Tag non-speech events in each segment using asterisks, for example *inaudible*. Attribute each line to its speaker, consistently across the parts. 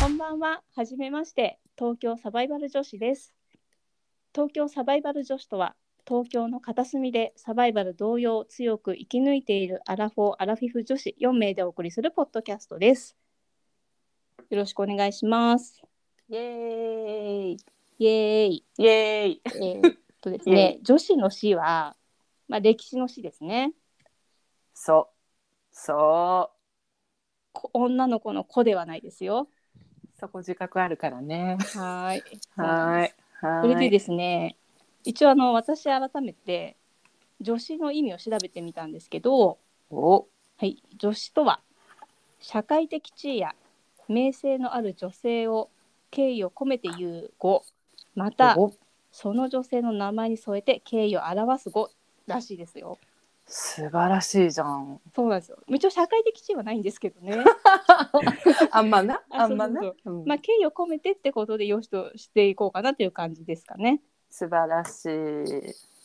Speaker 1: こんばんは。はじめまして。東京サバイバル女子です。東京サバイバル女子とは、東京の片隅でサバイバル同様強く生き抜いているアラフォー・アラフィフ女子4名でお送りするポッドキャストです。よろしくお願いします。
Speaker 2: イエーイ
Speaker 1: イエーイ。
Speaker 2: イエーイ
Speaker 1: えーっとです *laughs* ね、女子の詩は、まあ、歴史の詩ですね。
Speaker 2: そうそ
Speaker 1: こ女の子の子ではないですよ。
Speaker 2: うそこ自覚あるからね
Speaker 1: はい。
Speaker 2: はいはい
Speaker 1: それでですね、一応あの私改めて助詞の意味を調べてみたんですけど、
Speaker 2: お
Speaker 1: はい、助詞とは社会的地位や名声のある女性を敬意を込めて言う語、また
Speaker 2: お
Speaker 1: その女性の名前に添えて敬意を表す語らしいですよ。
Speaker 2: 素晴らしいじゃん
Speaker 1: そうなんですよ。一応社会的地位はないんですけど
Speaker 2: *laughs*
Speaker 1: ね。
Speaker 2: あんまなあんま
Speaker 1: あ
Speaker 2: な
Speaker 1: そうそう
Speaker 2: うん
Speaker 1: まあ敬意を込めてってことで良しとしていこうかなという感じですかね。
Speaker 2: 素晴らし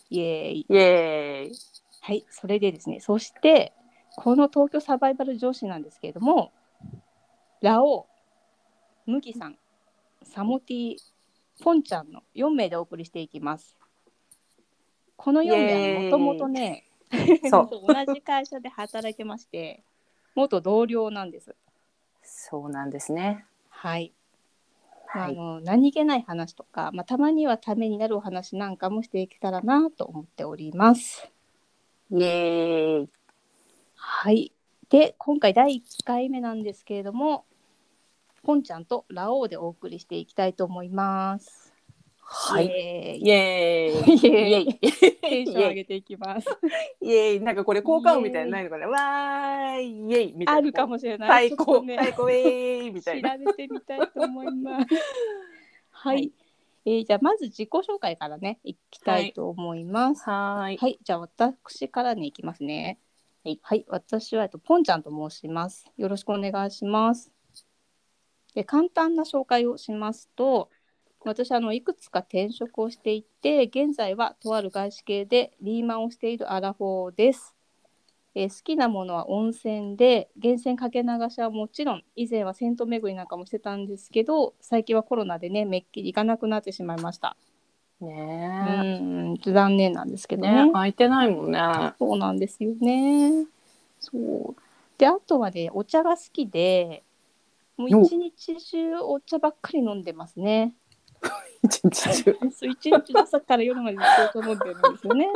Speaker 2: い
Speaker 1: イエーイ。
Speaker 2: イエーイ
Speaker 1: はい、それでですね、そして、この東京サバイバル上司なんですけれども、ラオウ、ムギさん、サモティ、ポンちゃんの4名でお送りしていきます。この4名はもともとね、
Speaker 2: そう
Speaker 1: *laughs* 同じ会社で働いてまして、元同僚なんです。
Speaker 2: そうなんですね
Speaker 1: はい。
Speaker 2: は
Speaker 1: あ
Speaker 2: い
Speaker 1: の何気ない話とか、まあ、たまにはためになるお話なんかもしていけたらなと思っております。
Speaker 2: イエーイ
Speaker 1: はい。で、今回第1回目なんですけれども、ポンちゃんとラオウでお送りしていきたいと思います。
Speaker 2: は
Speaker 1: イ
Speaker 2: い
Speaker 1: エーイ
Speaker 2: イエーイ
Speaker 1: イエーイ
Speaker 2: イエ
Speaker 1: テンション上げていきます。
Speaker 2: イイエーイなんかこれ効果音みたいなのないのかなわーいイエーイみたいな
Speaker 1: あるかもしれない。
Speaker 2: 最
Speaker 1: ちょっ
Speaker 2: 高
Speaker 1: とね、
Speaker 2: 最高イエーイみ
Speaker 1: 調
Speaker 2: たいな
Speaker 1: べてみたいと思います。はい、
Speaker 2: はい
Speaker 1: えーじゃあまず自己紹介からね、いきたいと思います。
Speaker 2: はーい
Speaker 1: はい、じゃあ私からね、いきますね。
Speaker 2: はい、
Speaker 1: 私は、えっと、ポンちゃんと申します。よろしくお願いします。で、簡単な紹介をしますと、私あのいくつか転職をしていて、現在はとある外資系でリーマンをしているアラフォーです。えー好きなものは温泉で源泉かけ流しはもちろん以前は銭湯巡りなんかもしてたんですけど最近はコロナでねめっきり行かなくなってしまいました、う
Speaker 2: ね
Speaker 1: ん残念なんですけ
Speaker 2: え
Speaker 1: ど
Speaker 2: ねえ空いてないもんね
Speaker 1: そうなんですよね。そう。で、あとはね、お茶が好きで、もう
Speaker 2: お
Speaker 1: 一日中お茶ばっかり飲んでますね。
Speaker 2: 一日 *laughs* 中
Speaker 1: そう一日中朝から夜までずっと飲んでるんですよ
Speaker 2: *laughs*
Speaker 1: ね。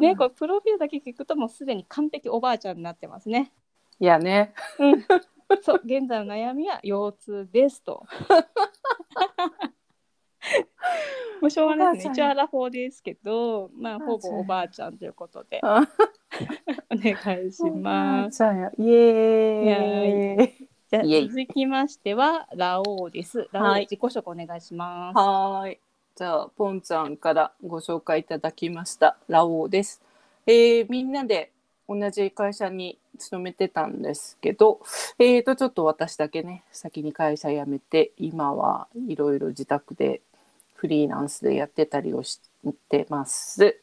Speaker 1: ね、これプロフィールだけ聞くともうすでに完璧おばあちゃんになってますね。
Speaker 2: いやね *laughs*
Speaker 1: そう、現在の悩みは腰痛です
Speaker 2: *laughs*
Speaker 1: と。もうしょうがないですね。
Speaker 2: おばあ
Speaker 1: 一
Speaker 2: ちゃん
Speaker 1: 応アラフォーですけど、まあ、
Speaker 2: おば
Speaker 1: ほ
Speaker 2: あちゃん
Speaker 1: ぼおばあちゃんということで、
Speaker 2: あ
Speaker 1: お願いします。
Speaker 2: *laughs* じゃあイエーイ
Speaker 1: じゃあ
Speaker 2: イエイ
Speaker 1: 続きましてはラオウです。ラオウ、
Speaker 2: はい
Speaker 1: 自己紹介お願いします。
Speaker 2: はーいじゃあポンちゃんからご紹介いただきましたラオウですえーみんなで同じ会社に勤めてたんですけどえーとちょっと私だけね先に会社辞めて今はいろいろ自宅でフリーランスでやってたりをしてます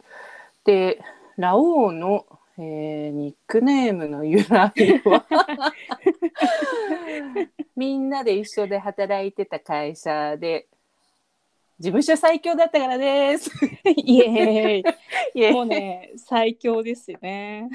Speaker 2: でラオウの、えーニックネームの由来
Speaker 1: *laughs*
Speaker 2: はみんなで一緒で働いてた会社で事務所最強だったから
Speaker 1: *laughs*
Speaker 2: です。
Speaker 1: イエー
Speaker 2: いえ
Speaker 1: イ。もうね最強ですよね。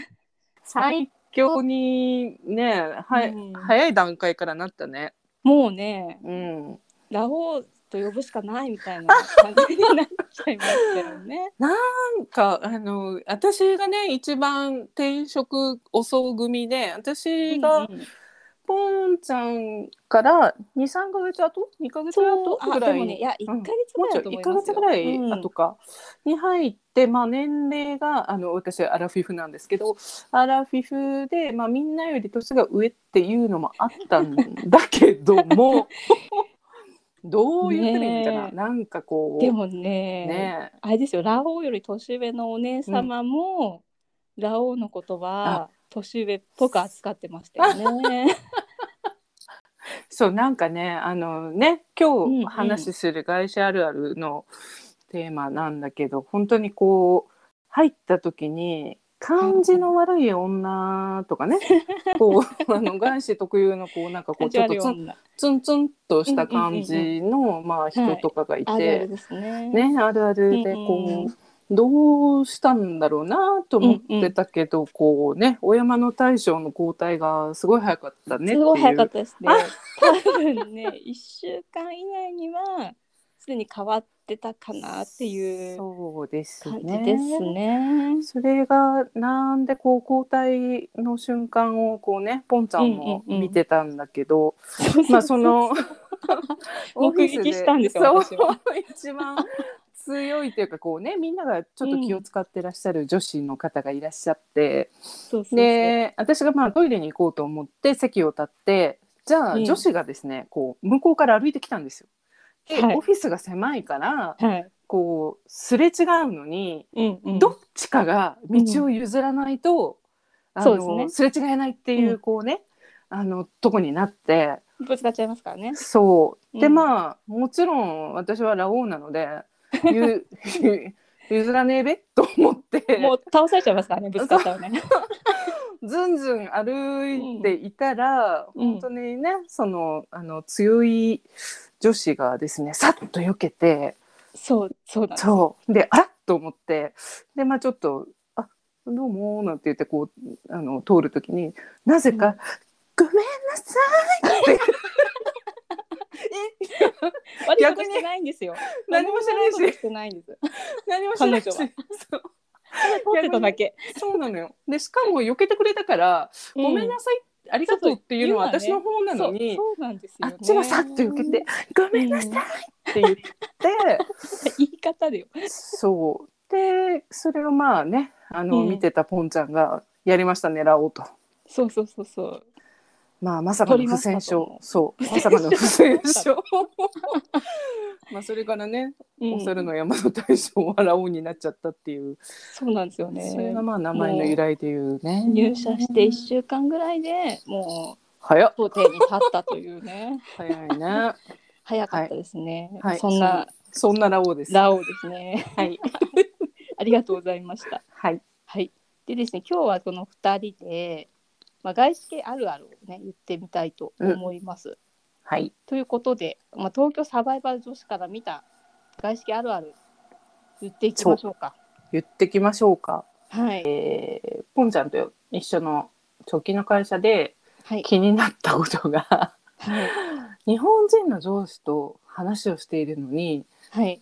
Speaker 2: 最強にね、はい
Speaker 1: うん
Speaker 2: 早い段階からなったね。
Speaker 1: もうね
Speaker 2: うん、
Speaker 1: ラオウと呼ぶしかないみたいな感じになっちゃいましたよ
Speaker 2: *laughs*
Speaker 1: ね。
Speaker 2: なんかあの私がね一番転職遅組で私が
Speaker 1: うんうん
Speaker 2: ポンちゃんから23ヶ月後2ヶ月
Speaker 1: そう
Speaker 2: 後
Speaker 1: あ
Speaker 2: ぐら
Speaker 1: で
Speaker 2: い
Speaker 1: も
Speaker 2: に
Speaker 1: ねいや一ヶ月ぐ
Speaker 2: もう
Speaker 1: らいだ
Speaker 2: ちょい
Speaker 1: と思
Speaker 2: 1
Speaker 1: い
Speaker 2: ヶ
Speaker 1: ます
Speaker 2: 月
Speaker 1: よ。
Speaker 2: ぐらい
Speaker 1: うん
Speaker 2: 後かに入って、まあ年齢があの私アラフィフなんですけどアラフィフで、まあ、みんなより年が上っていうのもあったんだけど
Speaker 1: *laughs*
Speaker 2: もどう言ってるんだな、
Speaker 1: ねえ
Speaker 2: なんかこう
Speaker 1: でもね
Speaker 2: ねえ
Speaker 1: あれですよラオウより年上のお姉様も、ラオウのことは年上っぽく扱ってましたよね。
Speaker 2: そうなんかねあのね今
Speaker 1: うんう
Speaker 2: 日
Speaker 1: ん
Speaker 2: 話する外資あるあるのテーマなんだけど、本当にこう入った時に感じの悪い女とかねこうあの外資特有のこうなんか *laughs* こうちょっと
Speaker 1: カジュ
Speaker 2: ツ
Speaker 1: ア
Speaker 2: ン
Speaker 1: ル女
Speaker 2: ツンツンとした感じのまあ人とかがい
Speaker 1: あるある
Speaker 2: て
Speaker 1: ですね。
Speaker 2: ねあるある
Speaker 1: う
Speaker 2: で
Speaker 1: ん
Speaker 2: こ
Speaker 1: う
Speaker 2: うどうしたんだろうなと思ってたけどこうねお山の大将の交代がすごい早かったねって
Speaker 1: すごい早か
Speaker 2: い
Speaker 1: っ
Speaker 2: う
Speaker 1: たですね。多分ね、1週 *laughs* 間以内にはすでに変わってたかなっていう
Speaker 2: そうです
Speaker 1: 感じ
Speaker 2: ね。
Speaker 1: ですね。
Speaker 2: それがなんでこう交代の瞬間をこうねポンちゃんも
Speaker 1: うんうんうん
Speaker 2: 見てたんだけど、まあその
Speaker 1: *laughs* 目撃したんですよ
Speaker 2: オ
Speaker 1: 私
Speaker 2: フィス
Speaker 1: は
Speaker 2: そう一番強いというかこうねみんながちょっと気を使ってらっしゃる女子の方がいらっしゃって、
Speaker 1: そうそうそう、
Speaker 2: で私がまあトイレに行こうと思って席を立ってじゃあ
Speaker 1: うん
Speaker 2: 女子がですね、こう向こうから歩いてきたんですよ。で、
Speaker 1: はい
Speaker 2: オフィスが狭いから
Speaker 1: はい。
Speaker 2: こうすれ違うのに
Speaker 1: うんうん
Speaker 2: どっちかが道を譲らないと、
Speaker 1: うん
Speaker 2: あ
Speaker 1: そうです
Speaker 2: の
Speaker 1: ね
Speaker 2: すれ違えないっていううこうね、あのとこになって
Speaker 1: ぶつかっちゃいますからね。
Speaker 2: そうで、
Speaker 1: うん
Speaker 2: まあもちろん私はラオウなのでゆ譲らねえべと思って
Speaker 1: もう倒されちゃいますからね、ぶつかったらね。
Speaker 2: ずんずん歩いていたら、
Speaker 1: うん
Speaker 2: 本当にねそのあの強い女子がですねさっと避けて。
Speaker 1: そう、そうなんです。
Speaker 2: そう。で、あらと思って、で、まあちょっと、あ、どうも、なんて言って、こう、あの、通るときに、なぜか、
Speaker 1: うん
Speaker 2: ごめんなさいって、
Speaker 1: 悪いこ
Speaker 2: 逆
Speaker 1: と
Speaker 2: に
Speaker 1: してないんですよ。
Speaker 2: 何もしてない
Speaker 1: 何も悪いこと
Speaker 2: し、
Speaker 1: してないんです。
Speaker 2: 何もしてないし。
Speaker 1: 彼女は
Speaker 2: そ
Speaker 1: 立
Speaker 2: う
Speaker 1: ってただけ。
Speaker 2: *laughs* そうなのよ。で、しかも避けてくれたから、ごめんなさい、ありがとうっていうのは
Speaker 1: そう
Speaker 2: 私
Speaker 1: そう
Speaker 2: の方なのに、
Speaker 1: そうそうなんですよ、
Speaker 2: あ
Speaker 1: ね。
Speaker 2: っちがさっと避けて、ごめんなさいって言って、
Speaker 1: 言い方でよ。
Speaker 2: そう。で、それをまあね、あの、
Speaker 1: うん
Speaker 2: 見てたポンちゃんが、やりましたね、ラオウと。
Speaker 1: そうそうそうそう。
Speaker 2: まあ、まさかの不戦勝。そう。まさかの不戦勝。 *laughs* まあ、それからね、
Speaker 1: うん
Speaker 2: 恐るの山の大将はラオウになっちゃったっていう、
Speaker 1: そうなんですよね。
Speaker 2: それがまあ名前の由来でいうね。
Speaker 1: 入社して一週間ぐらいでも
Speaker 2: 早っ
Speaker 1: う当店に立ったという *laughs* ね
Speaker 2: 早いね。
Speaker 1: 早かったですね、
Speaker 2: *laughs* はい
Speaker 1: そんな
Speaker 2: そんなラオウです。
Speaker 1: ラオウですね *laughs*
Speaker 2: はい。
Speaker 1: ありがとうございました
Speaker 2: はい。
Speaker 1: はいでですね今日はこの二人で、まあ、外資系あるあるをね言ってみたいと思います、
Speaker 2: はい。
Speaker 1: ということで、まあ、東京サバイバル女子から見た外資系あるある言っていきましょうか
Speaker 2: 言ってきましょうか。
Speaker 1: はい、
Speaker 2: ポンちゃんと一緒の直近の会社で
Speaker 1: はい、
Speaker 2: 気になったことが、 *laughs*
Speaker 1: はい
Speaker 2: 日本人の上司と話をしているのに、
Speaker 1: *laughs* はい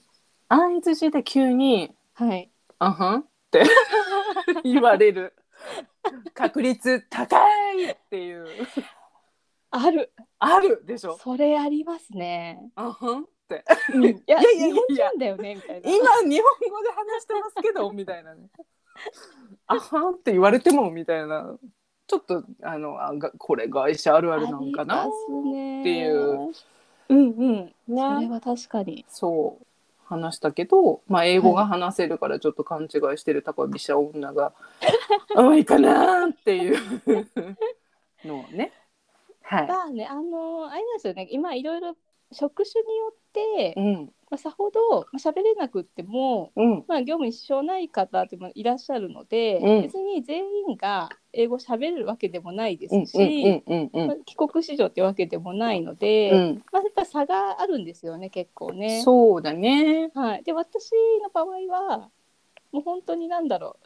Speaker 2: 相づちで急に、
Speaker 1: はい
Speaker 2: あはんって *laughs* 言われる確率高いっていう
Speaker 1: ある
Speaker 2: あるでしょ
Speaker 1: それありますね、
Speaker 2: あはんって
Speaker 1: うん、いや
Speaker 2: いやいやいや
Speaker 1: 日本人だよねみたいな
Speaker 2: 今日本語で話してます
Speaker 1: *laughs*
Speaker 2: けどみたいなねあはんって言われてもみたいなちょっとあのあがこれ会社あるあるなんかな
Speaker 1: ありますね
Speaker 2: っていう。
Speaker 1: うんうん。それ
Speaker 2: ね
Speaker 1: は確かに。
Speaker 2: そう話したけど、まあ、英語が話せるからちょっと勘違いしてる高飛車女が多いかなっていうのをねはい
Speaker 1: まあね、あのあれなんですよね。今いろいろ職種によって、
Speaker 2: うん
Speaker 1: まあ、さほどまあ喋れなくっても、
Speaker 2: うん
Speaker 1: まあ業務に支障ない方でもいらっしゃるので、
Speaker 2: うん
Speaker 1: 別に全員が英語喋れるわけでもないで
Speaker 2: うん
Speaker 1: すし、
Speaker 2: うんうんうん
Speaker 1: まあ帰国子女ってわけでもないので、
Speaker 2: うん
Speaker 1: まあやっぱ差があるんですよね。結構ね。
Speaker 2: そうだね。
Speaker 1: はい、で私の場合はもう本当に何だろ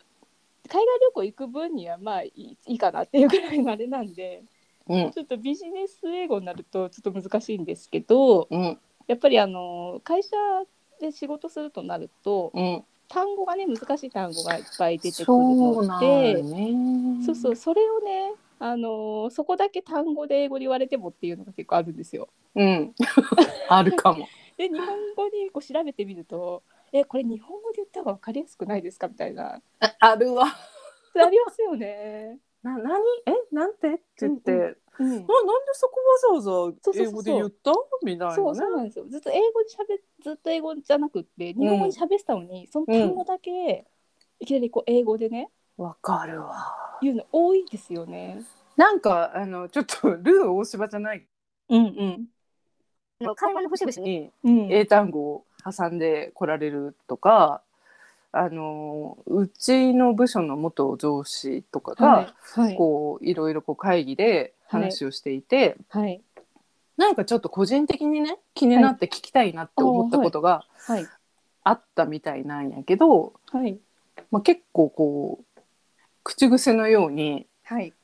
Speaker 1: う海外旅行行く分にはまあいいいいかなっていうぐらいまでなんで
Speaker 2: うん
Speaker 1: ちょっとビジネス英語になるとちょっと難しいんですけど
Speaker 2: うん
Speaker 1: やっぱりあの会社で仕事するとなると
Speaker 2: うん。
Speaker 1: 単語がね難しい単語がいっぱい出てくる
Speaker 2: そうな
Speaker 1: の
Speaker 2: んだ
Speaker 1: で
Speaker 2: ね。
Speaker 1: そうそうそれをねあのそこだけ単語で英語で言われてもっていうのが結構あるんですよ。
Speaker 2: うん。 *laughs* あるかも。
Speaker 1: で日本語にこう調べてみると「えこれ日本語で言った方が分かりやすくないですか?」みたいな
Speaker 2: ああるわ。
Speaker 1: ありますよね。
Speaker 2: な何えなんてって言って、
Speaker 1: う
Speaker 2: う
Speaker 1: う
Speaker 2: んんなん
Speaker 1: うん、
Speaker 2: でそこわざわざ英語で言ったみたいなね。
Speaker 1: そうそうなんですよ。ずっと英語で喋っずっと英語じゃなくって日本語に喋ってたのに、その単語だけ、いきなりこう英語でね
Speaker 2: わかるわ。
Speaker 1: 言うの多いですよね。
Speaker 2: なんかあのちょっとルー大芝じゃない。
Speaker 1: うんうん。
Speaker 2: 会話の節々に
Speaker 1: うん、
Speaker 2: 英単語を挟んでこられるとか。あのうちの部署の元上司とか
Speaker 1: は
Speaker 2: が、
Speaker 1: いはい
Speaker 2: こういろいろこう会議で話をしていて、
Speaker 1: はい
Speaker 2: なんかちょっと個人的にね気になって聞きたいなって思ったことが
Speaker 1: はい
Speaker 2: あったみたいなんやけど、
Speaker 1: はい
Speaker 2: まあ、結構こう口癖のように
Speaker 1: はい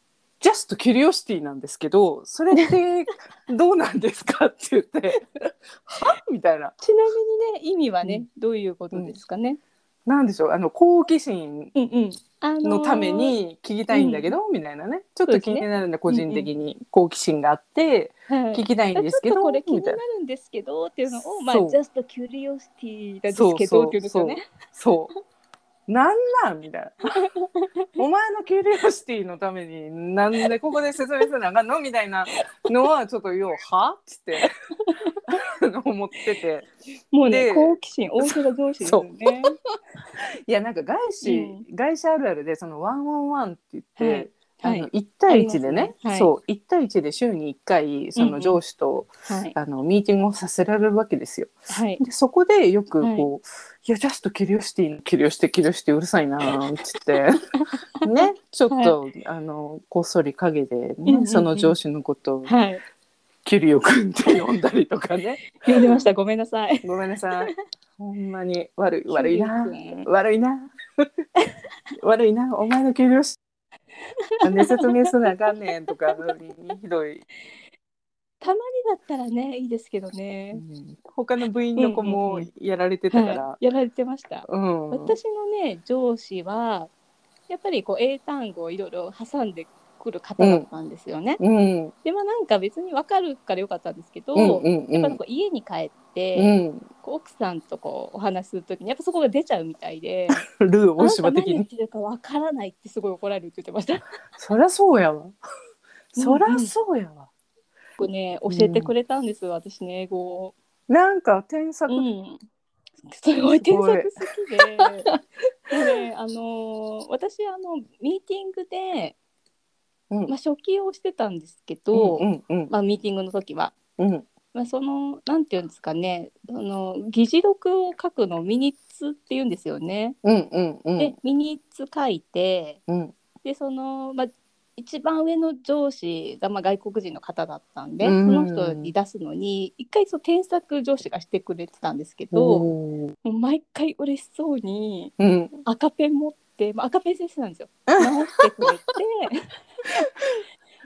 Speaker 2: 「ジャストキュリオシティなんですけどそれ
Speaker 1: *laughs*
Speaker 2: ってどうなんですか?」って言って「はみたいな。
Speaker 1: ちなみにね意味はね、どういうことですかね。
Speaker 2: なんでしょうあの好奇心
Speaker 1: うんうん。あのー
Speaker 2: のため。に聞きたいんだけど、みたいなねちょっと気になるんで個人的に好奇心があって
Speaker 1: はい
Speaker 2: 聞きたいんですけ
Speaker 1: ちょっと
Speaker 2: ど、
Speaker 1: これ気に
Speaker 2: みた
Speaker 1: ない
Speaker 2: な
Speaker 1: るんですけどっていうのを、まあ、
Speaker 2: そう
Speaker 1: ジャストキュリオシティなんですけどっていうんですよね。
Speaker 2: そうなんなんみたい *laughs* なお前のキュリオシティのためになんでここで説明するのあかんのみたいなのはちょっとようはっつってあの思ってて
Speaker 1: もうね、
Speaker 2: で
Speaker 1: 好奇心、大阪上司ですよね。
Speaker 2: いやなんか外資、
Speaker 1: う
Speaker 2: 外資あるあるでそのワンオンワンって言って。
Speaker 1: はいはい
Speaker 2: あの1対1で
Speaker 1: あり
Speaker 2: ね
Speaker 1: ますねはい
Speaker 2: そう1対1で週に1回その上司と、
Speaker 1: はい
Speaker 2: あのミーティングをさせられるわけですよ。
Speaker 1: はい
Speaker 2: でそこでよくこう
Speaker 1: はい
Speaker 2: 「い、やジャストキュリオシティのキュリオシティキュリオシティうるさいな」っつって
Speaker 1: *laughs*
Speaker 2: ねちょっと、あのこっそり陰で、ね
Speaker 1: うんうんうん
Speaker 2: その上司のことを
Speaker 1: はい。 *laughs*
Speaker 2: キュリオ君って呼んだりとかね
Speaker 1: 読んでました。ごめんなさい。
Speaker 2: ごめんなさいほんまに悪い *laughs* 悪
Speaker 1: *laughs*
Speaker 2: いな
Speaker 1: キュリオ君
Speaker 2: 悪いな悪いなお *laughs* 前のキュリオシティなんで説明すなあかんねんとかひどい、
Speaker 1: たまにだったらね、いいですけど
Speaker 2: う
Speaker 1: ね。
Speaker 2: ん他の部員の子
Speaker 1: うん
Speaker 2: も
Speaker 1: うん
Speaker 2: やられてたから
Speaker 1: は。い、やられてました。
Speaker 2: うん、
Speaker 1: 私のね、上司は。やっぱりこう英単語をいろいろ挟んでくる方だったんですよね。
Speaker 2: うん
Speaker 1: でまあなんか別に分かるからよかったんですけど、
Speaker 2: うんうんう
Speaker 1: やっぱ
Speaker 2: ん
Speaker 1: なんか家に帰って、
Speaker 2: うん、
Speaker 1: こう奥さんとこうお話しするときにやっぱそこが出ちゃうみたいで「
Speaker 2: ルー
Speaker 1: あ
Speaker 2: *laughs* 大
Speaker 1: なた
Speaker 2: 島
Speaker 1: 何
Speaker 2: 的
Speaker 1: 言っ
Speaker 2: に
Speaker 1: てるかわからない」ってすごい怒られるって言ってま
Speaker 2: *laughs*
Speaker 1: した。
Speaker 2: そりゃそうやわそり
Speaker 1: うんう
Speaker 2: ゃ
Speaker 1: ん
Speaker 2: そうやわ、
Speaker 1: 僕ね教えてくれたんです、私ね英語を。
Speaker 2: なんか添削、
Speaker 1: うんすごい添削好きででねあのー私あのミーティングで、
Speaker 2: うん
Speaker 1: まあ、初期をしてたんですけ
Speaker 2: う
Speaker 1: ど、
Speaker 2: んうん
Speaker 1: まあ、ミーティングの時は、
Speaker 2: うん
Speaker 1: まあ、そのなんていうんですかねあの議事録を書くのをミニッツっていうんですよね。
Speaker 2: うんうんうん
Speaker 1: でミニッツ書いて
Speaker 2: うん
Speaker 1: でその、まあ、一番上の上司が、まあ、外国人の方だったんで、
Speaker 2: うん
Speaker 1: その人に出すのに一回その添削上司がしてくれてたんですけども
Speaker 2: おー
Speaker 1: う毎回嬉しそうに
Speaker 2: うん
Speaker 1: 赤ペン持って、まあ、赤ペン先生なんですよ直してくれて *laughs*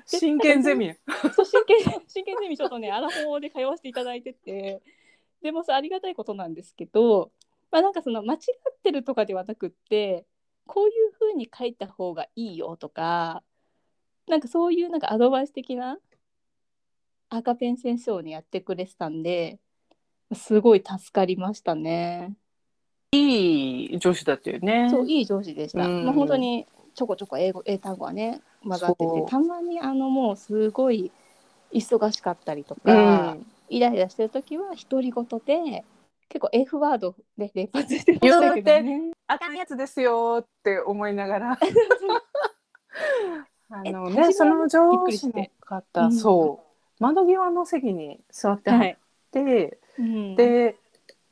Speaker 2: 真剣ゼミ
Speaker 1: そう真剣真剣ゼミちょっとねアラフォーで通わせていただいててでもさありがたいことなんですけど、まあ、なんかその間違ってるとかではなくってこういう風に書いた方がいいよとかなんかそういうなんかアドバイス的な赤ペン先生をねやってくれてたんですごい助かりましたね。
Speaker 2: いい上司だったよね
Speaker 1: そういい上司でした。
Speaker 2: うん
Speaker 1: まあ、本当にちょこちょこ英語英単語はね混ざって
Speaker 2: そ
Speaker 1: て
Speaker 2: う
Speaker 1: たまにあのもうすごい忙しかったりと
Speaker 2: う
Speaker 1: か、
Speaker 2: ん
Speaker 1: イライラしてる時は独り言で結構 F ワードで連発してま
Speaker 2: 言
Speaker 1: した
Speaker 2: う
Speaker 1: け
Speaker 2: て
Speaker 1: どね。
Speaker 2: あかんやつですよって思いながら *laughs* あの
Speaker 1: え
Speaker 2: ねその上
Speaker 1: び
Speaker 2: 司
Speaker 1: っくり
Speaker 2: の
Speaker 1: し
Speaker 2: 方、
Speaker 1: うん
Speaker 2: そう窓際の席に座っては
Speaker 1: は
Speaker 2: っ
Speaker 1: い。
Speaker 2: て、
Speaker 1: うん、
Speaker 2: で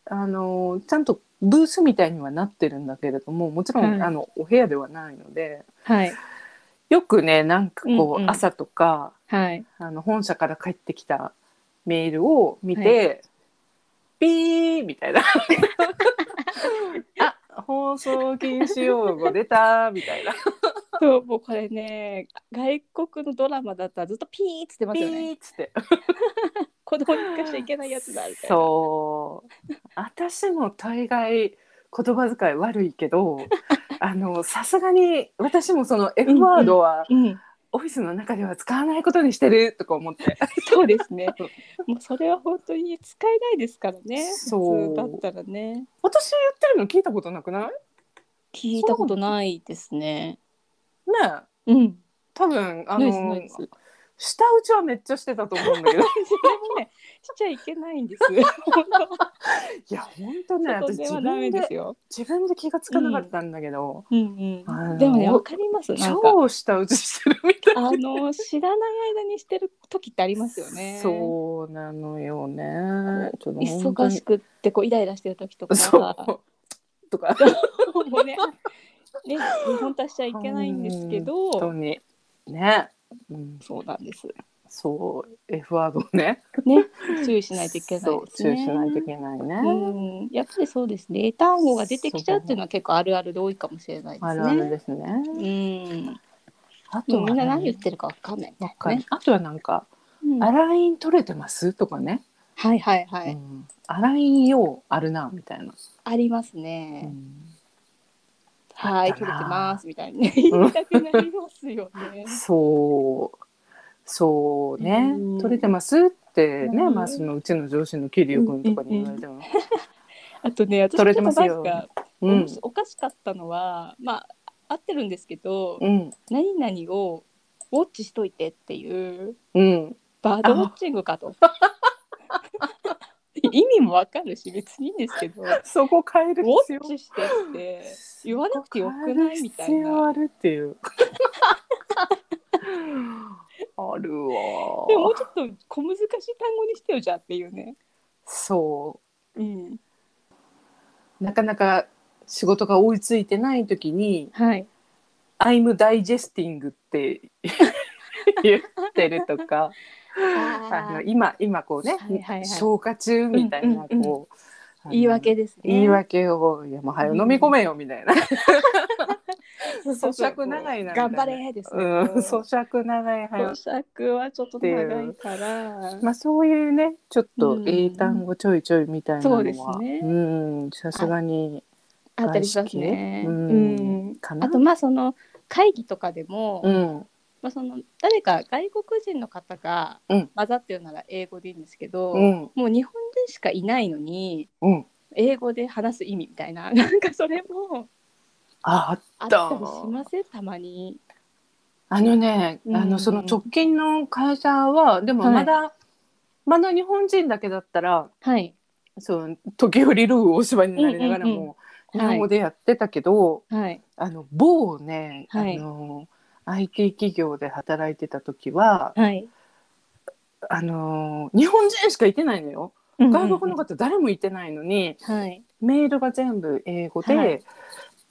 Speaker 2: あのちゃんとブースみたいにはなってるんだけれどももちろん、
Speaker 1: はい
Speaker 2: あのお部屋ではないので
Speaker 1: はい
Speaker 2: よくねなんかこう、
Speaker 1: うんうん
Speaker 2: 朝とか
Speaker 1: はい。
Speaker 2: あの本社から帰ってきたメールを見て、ピーみた
Speaker 1: *laughs*
Speaker 2: いなあ放送禁止用語出たみたいな
Speaker 1: そうもうこれね外国のドラマだったらずっとピーっつってます
Speaker 2: ピ
Speaker 1: よね。
Speaker 2: ーっつって
Speaker 1: 子供に聞かしちゃいけないやつだみたいな。
Speaker 2: そう私も大概言葉遣い悪いけ
Speaker 1: *laughs*
Speaker 2: どあのさすがに私もその F ワードは、
Speaker 1: うん、 *laughs*
Speaker 2: オフィスの中では使わないことにしてるとか思って
Speaker 1: そうです
Speaker 2: *laughs*
Speaker 1: ね。もうそれは本当に使えないですからね。
Speaker 2: そう
Speaker 1: 普通だったらね。
Speaker 2: 私言ってるの聞いたことなくないね
Speaker 1: 聞いたことないですね。
Speaker 2: え
Speaker 1: うん。
Speaker 2: 多分あ
Speaker 1: ナ
Speaker 2: の
Speaker 1: イスナイス。
Speaker 2: 舌打ちはめっちゃしてたと思うん
Speaker 1: *laughs*
Speaker 2: だけ
Speaker 1: それ
Speaker 2: ど
Speaker 1: もね、しちゃいけないんです。本当
Speaker 2: いや本当ね
Speaker 1: そこ
Speaker 2: 私
Speaker 1: で
Speaker 2: 自
Speaker 1: はダメ
Speaker 2: 分
Speaker 1: で
Speaker 2: です
Speaker 1: よ。
Speaker 2: 自分で気がつかなかったんだけど、
Speaker 1: うん
Speaker 2: あ
Speaker 1: うん。
Speaker 2: の
Speaker 1: でもね、わかります。なんか。
Speaker 2: 超舌打ちしてるみたい
Speaker 1: あの、知らない間にしてる時ってありますよね。
Speaker 2: そうなのよねちょっと本当
Speaker 1: 忙
Speaker 2: に
Speaker 1: しくって、こうイライラしてる時とか。 *laughs*
Speaker 2: そうとか
Speaker 1: もうね *laughs* ね日本化しちゃいけないんですけ
Speaker 2: 本
Speaker 1: ど
Speaker 2: 当にね、うん、
Speaker 1: そうなんです
Speaker 2: そう F ワードをね
Speaker 1: ね注意しないといけない
Speaker 2: そう
Speaker 1: ですね
Speaker 2: 注意しないといけないね、
Speaker 1: うんやっぱりそうですね英単語が出てきちゃうっていうのは結構あるあるで多いかもしれないで
Speaker 2: あ
Speaker 1: す
Speaker 2: るある
Speaker 1: ね。
Speaker 2: ですね、
Speaker 1: うん、
Speaker 2: あと
Speaker 1: もう
Speaker 2: は
Speaker 1: みんな何言っ
Speaker 2: ね
Speaker 1: てるかわかんないんだよ
Speaker 2: か
Speaker 1: ね。
Speaker 2: あとはなんか
Speaker 1: う
Speaker 2: 「
Speaker 1: ん
Speaker 2: ア
Speaker 1: は
Speaker 2: ライン取れてます?」とかね
Speaker 1: いはいは
Speaker 2: 「
Speaker 1: い、
Speaker 2: うんアラインようあるな」みたいな、
Speaker 1: あります
Speaker 2: う
Speaker 1: ね。
Speaker 2: ん
Speaker 1: はい
Speaker 2: あっ
Speaker 1: 取
Speaker 2: た
Speaker 1: れ
Speaker 2: な
Speaker 1: てますみたいにね言いたくなりますよね。
Speaker 2: そうそうね、
Speaker 1: うん
Speaker 2: 取れてますってね、
Speaker 1: うん
Speaker 2: まあそのうちの上司の桐生君とかに言われても、
Speaker 1: *laughs* あとね私ちょ
Speaker 2: 取
Speaker 1: っ
Speaker 2: れて
Speaker 1: と
Speaker 2: ます
Speaker 1: なん
Speaker 2: よ
Speaker 1: か、
Speaker 2: うん
Speaker 1: おもしおかしかったのはまあ合ってるんですけど、
Speaker 2: うん
Speaker 1: 何々をウォッチしといてっていう
Speaker 2: うん
Speaker 1: バードウォッチングか *laughs* と。意味もわかるし別にいいんですけど。
Speaker 2: そこ変える
Speaker 1: ウォ
Speaker 2: 必要
Speaker 1: ッチしてって言わなくてよくないみたい
Speaker 2: 必要あ
Speaker 1: *laughs* な。
Speaker 2: るっていうあるわ
Speaker 1: でももうちょっと小難しい単語にしてよじゃあっていうね。
Speaker 2: そ
Speaker 1: うん、
Speaker 2: うなかなか仕事が追いついてない時に
Speaker 1: はい。
Speaker 2: 「I'm digesting」って *laughs* 言ってると
Speaker 1: *laughs*
Speaker 2: かあの今今こうね、
Speaker 1: はいはいはい
Speaker 2: 消化中みたいなこう、
Speaker 1: うんうん
Speaker 2: あの
Speaker 1: 言い訳ですね。
Speaker 2: 言い訳を「いやもう早
Speaker 1: うん
Speaker 2: 飲み込めよ」みたいな
Speaker 1: そうそう
Speaker 2: 咀嚼長いなみたいな
Speaker 1: 頑張れですね。
Speaker 2: うん *laughs* 咀嚼長い早
Speaker 1: 咀嚼はちょっと長いから。
Speaker 2: まあ、そういうねちょっと
Speaker 1: うん
Speaker 2: 英単語ちょいちょいみたいなのは、
Speaker 1: そう
Speaker 2: う
Speaker 1: ですね
Speaker 2: んさすがに
Speaker 1: あったりしますね。
Speaker 2: うん
Speaker 1: うん
Speaker 2: かな
Speaker 1: あとまあその会議とかでも、
Speaker 2: うん
Speaker 1: まあその誰か外国人の方が
Speaker 2: うん
Speaker 1: 混ざってるなら英語でいいんですけど、
Speaker 2: うん
Speaker 1: もう日本人しかいないのに
Speaker 2: うん
Speaker 1: 英語で話す意味みたいな *laughs* なんかそれも
Speaker 2: ああっ
Speaker 1: あった
Speaker 2: た
Speaker 1: りしませんたまに。
Speaker 2: あのね、
Speaker 1: うん
Speaker 2: あのその直近の会社はでもまだ、まだ日本人だけだったら
Speaker 1: はい
Speaker 2: そう時折ルー大芝になりながら
Speaker 1: うんうん
Speaker 2: も
Speaker 1: はい
Speaker 2: 日本語でやってたけど、
Speaker 1: はい
Speaker 2: あの某ね、
Speaker 1: はい
Speaker 2: あの IT 企業で働いてた時は
Speaker 1: はい。
Speaker 2: あの日本人しかいてないのよ。外国の方誰もいてないのに、
Speaker 1: はい。
Speaker 2: メールが全部英語で、
Speaker 1: はい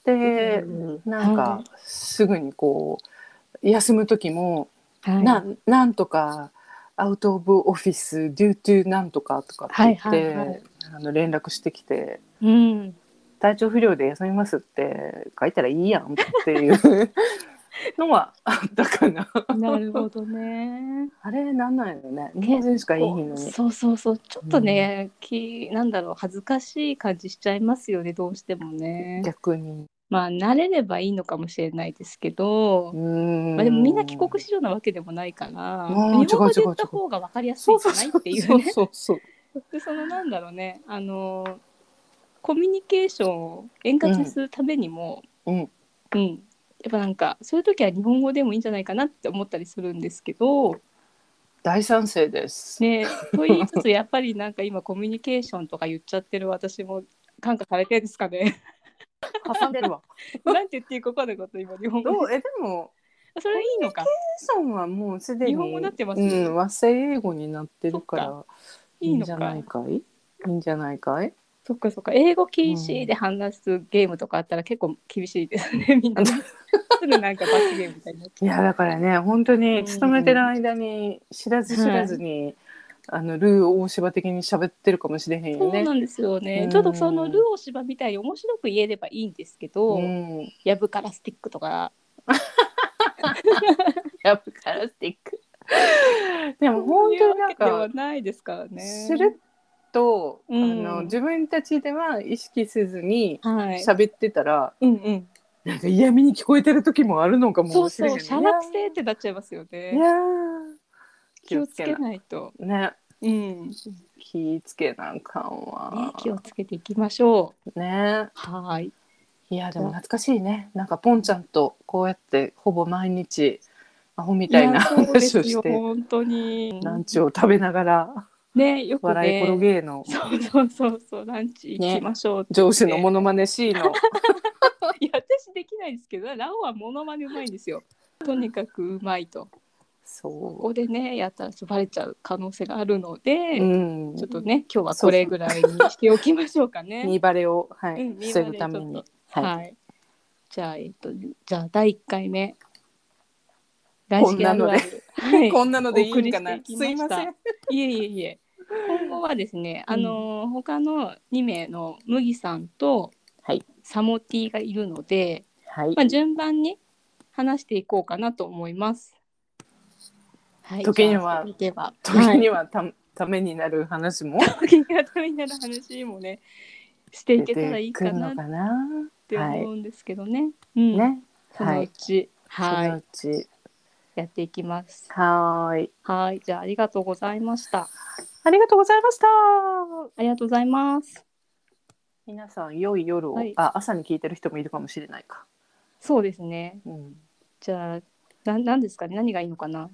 Speaker 2: で、
Speaker 1: うん
Speaker 2: なんかすぐにこう休む時も、
Speaker 1: はい
Speaker 2: ななんとかアウト・オブ・オフィス・デュー・トゥ・なんとかとかって言って、
Speaker 1: はいはいはい
Speaker 2: あの連絡してきて
Speaker 1: うん、
Speaker 2: 「体調不良で休みます」って書いたらいいやんっ
Speaker 1: *laughs*
Speaker 2: ていうのはあったかな。
Speaker 1: なるほどね。
Speaker 2: *laughs* あれなんなんやろね日本人しかいいのに。
Speaker 1: そうそうそうちょっとね、きなんだろう恥ずかしい感じしちゃいますよねどうしてもね。
Speaker 2: 逆に、
Speaker 1: まあ慣れればいいのかもしれないですけど、
Speaker 2: うん
Speaker 1: まあ、でもみんな帰国子女なわけでもないから
Speaker 2: うん
Speaker 1: 日本語で
Speaker 2: 違う違う違う
Speaker 1: 言った方が分かりやす
Speaker 2: そ
Speaker 1: いうじ
Speaker 2: そ
Speaker 1: ゃ
Speaker 2: う
Speaker 1: ない
Speaker 2: そう
Speaker 1: っていうね。
Speaker 2: そうそう
Speaker 1: でそのなんだろうねあのーコミュニケーションを円滑にするためにも、
Speaker 2: うん
Speaker 1: うんやっぱなんかそういう時は日本語でもいいんじゃないかなって思ったりするんですけど、
Speaker 2: 大賛成です。
Speaker 1: ね、と言いつつやっぱりなんか今コミュニケーションとか言っちゃってる私も感化されてるんですかね
Speaker 2: 挟んでるわ。
Speaker 1: なんて言っていいか分かんないこと今日本
Speaker 2: *laughs* ど
Speaker 1: 語
Speaker 2: うえでも
Speaker 1: でそれはいいのか
Speaker 2: ケンさんはもうすでに
Speaker 1: 日本語になってます
Speaker 2: う
Speaker 1: よ
Speaker 2: ん、和製英語になってるから
Speaker 1: そ
Speaker 2: い
Speaker 1: い
Speaker 2: い
Speaker 1: い
Speaker 2: ん
Speaker 1: の
Speaker 2: じゃ
Speaker 1: か
Speaker 2: ないかい？いいんじゃないかい？
Speaker 1: そっかそっか英語禁止で話すゲームとかあったら結構厳しいですねみんなねすぐなんか罰ゲームみたいになっち
Speaker 2: い
Speaker 1: ゃう
Speaker 2: やだからね本当
Speaker 1: う
Speaker 2: に
Speaker 1: ん
Speaker 2: 勤めてる間に知らず知らずに、あのルー大芝的に喋ってるかもしれへん
Speaker 1: そ
Speaker 2: よ
Speaker 1: う
Speaker 2: ね
Speaker 1: な。んですよね、
Speaker 2: うん
Speaker 1: ちょっとそのルーオ芝みたいに面白く言えればいいんですけど、
Speaker 2: うん、
Speaker 1: やぶからスティックとか
Speaker 2: やっぱからしていく。 *laughs* でも本当
Speaker 1: そう
Speaker 2: になん
Speaker 1: いうわ
Speaker 2: か
Speaker 1: けではないですからね
Speaker 2: するっと、
Speaker 1: うん
Speaker 2: あの自分たちでは意識せずに
Speaker 1: はい
Speaker 2: 喋ってたら、
Speaker 1: うんうん
Speaker 2: なんか嫌味に聞こえてる時もあるのか
Speaker 1: そ
Speaker 2: も
Speaker 1: う
Speaker 2: しれ
Speaker 1: そ
Speaker 2: な
Speaker 1: う
Speaker 2: い
Speaker 1: しゃらくせーってなっちゃいますよ
Speaker 2: い
Speaker 1: ね
Speaker 2: や
Speaker 1: 気をつけ
Speaker 2: い
Speaker 1: ないと
Speaker 2: ね
Speaker 1: うんね
Speaker 2: 気をつけなあかんわ
Speaker 1: 気をつけていきましょう
Speaker 2: ね
Speaker 1: はーい
Speaker 2: いやでも懐かしいねなんかポンちゃんとこうやってほぼ毎日アホみたいな
Speaker 1: やそうです
Speaker 2: 話
Speaker 1: よ
Speaker 2: をして
Speaker 1: 本当に
Speaker 2: ランチを食べながら
Speaker 1: ねよくね
Speaker 2: 笑い転げの
Speaker 1: そうそうそうそうランチ行きましょうって言って、
Speaker 2: 上司のモノマネ C の
Speaker 1: いや私できないですけどラオはモノマネうまいんですよとにかくうまいとこ
Speaker 2: そ
Speaker 1: こでねやったらバレちゃう可能性があるので、
Speaker 2: う。うん
Speaker 1: ちょっとね今日はこれぐらいにしておきましょうかね。
Speaker 2: 見バレを、は
Speaker 1: う
Speaker 2: い
Speaker 1: ん見バレ
Speaker 2: 防ぐために。
Speaker 1: はい、
Speaker 2: は
Speaker 1: じゃあ、えっと、じゃあ、第一回目。来
Speaker 2: こん
Speaker 1: 週
Speaker 2: な
Speaker 1: あ
Speaker 2: の
Speaker 1: る
Speaker 2: で。
Speaker 1: ある。はいい。
Speaker 2: こんなのでいいんか
Speaker 1: お
Speaker 2: な。
Speaker 1: 送りし
Speaker 2: す
Speaker 1: て
Speaker 2: い
Speaker 1: いき
Speaker 2: ま
Speaker 1: ました
Speaker 2: せん。
Speaker 1: いえいえいえ。今後はですね、あのー他の2名の麦さんと、
Speaker 2: はい
Speaker 1: サモティがいるので、
Speaker 2: はい
Speaker 1: ま。あ、順番に話していこうかなと思います。はい、
Speaker 2: 時に
Speaker 1: じ
Speaker 2: は
Speaker 1: ゃあそれでは、
Speaker 2: 時にはたためになる話も
Speaker 1: はい、時にはためになる話もね、していけ
Speaker 2: 出
Speaker 1: たらい
Speaker 2: て
Speaker 1: い
Speaker 2: く
Speaker 1: か
Speaker 2: る
Speaker 1: な
Speaker 2: の
Speaker 1: っ
Speaker 2: かな。
Speaker 1: て思うんですけどね。うん、
Speaker 2: ね。
Speaker 1: その
Speaker 2: は
Speaker 1: う
Speaker 2: い。
Speaker 1: ち、
Speaker 2: そ
Speaker 1: はい
Speaker 2: のうち。
Speaker 1: やっていきます。
Speaker 2: はーい。
Speaker 1: はい、じゃあありがとうございました。
Speaker 2: ありがとうございました。
Speaker 1: ありがとうございます。
Speaker 2: 皆さん、良い夜を、
Speaker 1: はい
Speaker 2: あ、朝に聞いてる人もいるかもしれないか。
Speaker 1: そうですね。
Speaker 2: うん。
Speaker 1: じゃあななんですかね、何がいいのかな。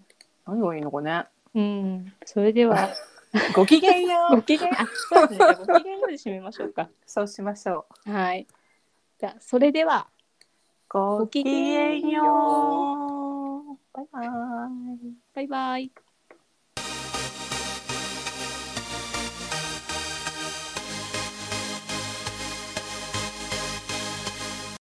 Speaker 2: 何がいいのかね。
Speaker 1: うん、それで *laughs* は
Speaker 2: ごきげんよ
Speaker 1: ご *laughs*
Speaker 2: う。
Speaker 1: 機嫌あそうですね、じゃあご機嫌ようで締めましょうか。
Speaker 2: そうしましょう。
Speaker 1: はい。じゃあそれでは
Speaker 2: ごきげんよう。バイバイ。
Speaker 1: バイバイ。